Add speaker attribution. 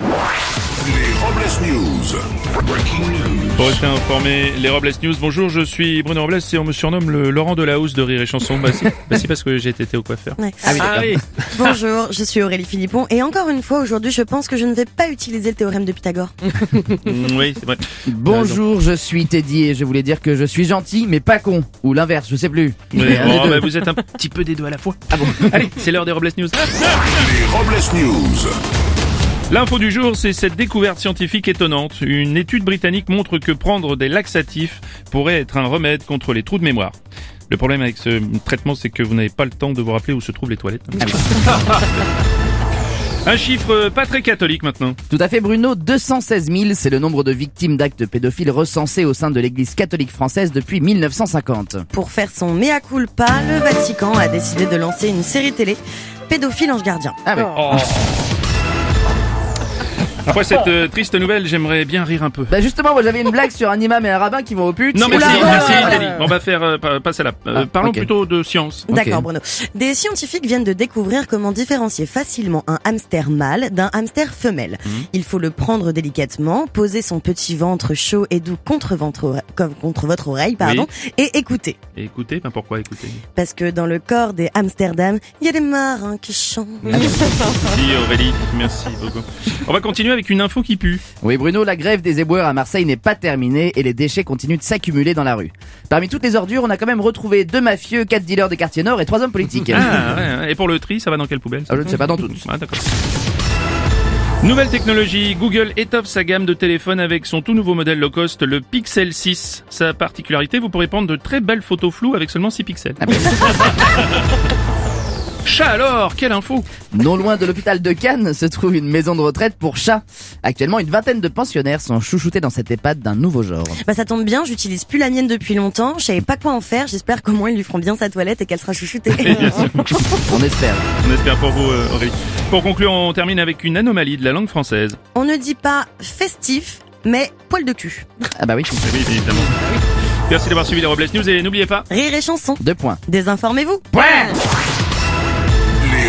Speaker 1: Les Robles News. Breaking news.
Speaker 2: Pour rester informé, les Robles News, bonjour, je suis Bruno Robles et on me surnomme le Laurent de la housse de Rire et Chanson. Bah si, bah si, parce que j'ai été au coiffeur.
Speaker 3: Ouais.
Speaker 2: Ah oui,
Speaker 3: Bonjour, je suis Aurélie Philippon et encore une fois aujourd'hui je pense que je ne vais pas utiliser le théorème de Pythagore.
Speaker 2: Mm, oui, c'est vrai.
Speaker 4: Bonjour, je suis Teddy et je voulais dire que je suis gentil mais pas con. Ou l'inverse, je sais plus.
Speaker 2: Mais
Speaker 4: Mais euh, un des
Speaker 2: bon,
Speaker 4: deux.
Speaker 2: bah, vous êtes un petit peu des deux à la fois. Ah bon Allez, c'est l'heure des Robles News.
Speaker 1: Les Robles News.
Speaker 2: L'info du jour, c'est cette découverte scientifique étonnante. Une étude britannique montre que prendre des laxatifs pourrait être un remède contre les trous de mémoire. Le problème avec ce traitement, c'est que vous n'avez pas le temps de vous rappeler où se trouvent les toilettes.
Speaker 4: Ah
Speaker 2: Un chiffre pas très catholique maintenant.
Speaker 4: Tout à fait, Bruno, 216 000, c'est le nombre de victimes d'actes pédophiles recensés au sein de l'église catholique française depuis 1950.
Speaker 3: Pour faire son mea culpa, le Vatican a décidé de lancer une série télé pédophile ange gardien. Oh.
Speaker 4: Ah ouais.
Speaker 2: Après cette euh, triste nouvelle, j'aimerais bien rire un peu.
Speaker 4: Bah justement, moi j'avais une blague sur un imam et un rabbin qui vont au pute.
Speaker 2: Non, merci,
Speaker 4: Oula,
Speaker 2: merci,
Speaker 4: oula,
Speaker 2: Nathalie. On va faire, euh, pa- pas celle-là. Euh,
Speaker 4: Ah,
Speaker 2: parlons
Speaker 4: ok.
Speaker 2: plutôt de science.
Speaker 4: Ok.
Speaker 3: D'accord Bruno. Des scientifiques viennent de découvrir comment différencier facilement un hamster mâle d'un hamster femelle. Il faut le prendre délicatement, poser son petit ventre chaud et doux contre, ventre- comme contre votre oreille pardon, et écouter.
Speaker 2: Et écoutez, ben pourquoi écoutez
Speaker 3: Parce que dans le corps des Amsterdam, il y a des marins qui chantent.
Speaker 2: Merci Aurélie, merci beaucoup. On va continuer avec une info qui pue.
Speaker 4: Oui Bruno, la grève des éboueurs à Marseille n'est pas terminée et les déchets continuent de s'accumuler dans la rue. Parmi toutes les ordures, on a quand même retrouvé deux mafieux, quatre dealers des quartiers nord et trois hommes politiques.
Speaker 2: Ah, ouais, ouais. Et pour le tri, ça va dans quelle poubelle ça
Speaker 4: Ah, je ne sais pas dans toutes.
Speaker 2: Ah, d'accord. Nouvelle technologie, Google étoffe sa gamme de téléphones avec son tout nouveau modèle low cost, le Pixel 6. Sa particularité, vous pourrez prendre de très belles photos floues avec seulement 6 pixels.
Speaker 4: Ah, bah,
Speaker 2: Chat alors, quelle info
Speaker 4: Non loin de l'hôpital de Cannes se trouve une maison de retraite pour chats. Actuellement, une vingtaine de pensionnaires sont chouchoutés dans cette EHPAD d'un nouveau genre.
Speaker 3: Bah ça tombe bien, j'utilise plus la mienne depuis longtemps, je savais pas quoi en faire, j'espère qu'au moins ils lui feront bien sa toilette et qu'elle sera chouchoutée.
Speaker 4: On espère.
Speaker 2: On espère pour vous, euh, Aurélie. Pour conclure, on termine avec une anomalie de la langue française.
Speaker 3: On ne dit pas festif, mais poil de cul.
Speaker 4: Ah bah oui,
Speaker 2: Eh Oui, évidemment. Merci d'avoir suivi les Robles News et n'oubliez pas,
Speaker 3: Rire et chanson,
Speaker 4: deux points.
Speaker 3: désinformez-vous
Speaker 1: Les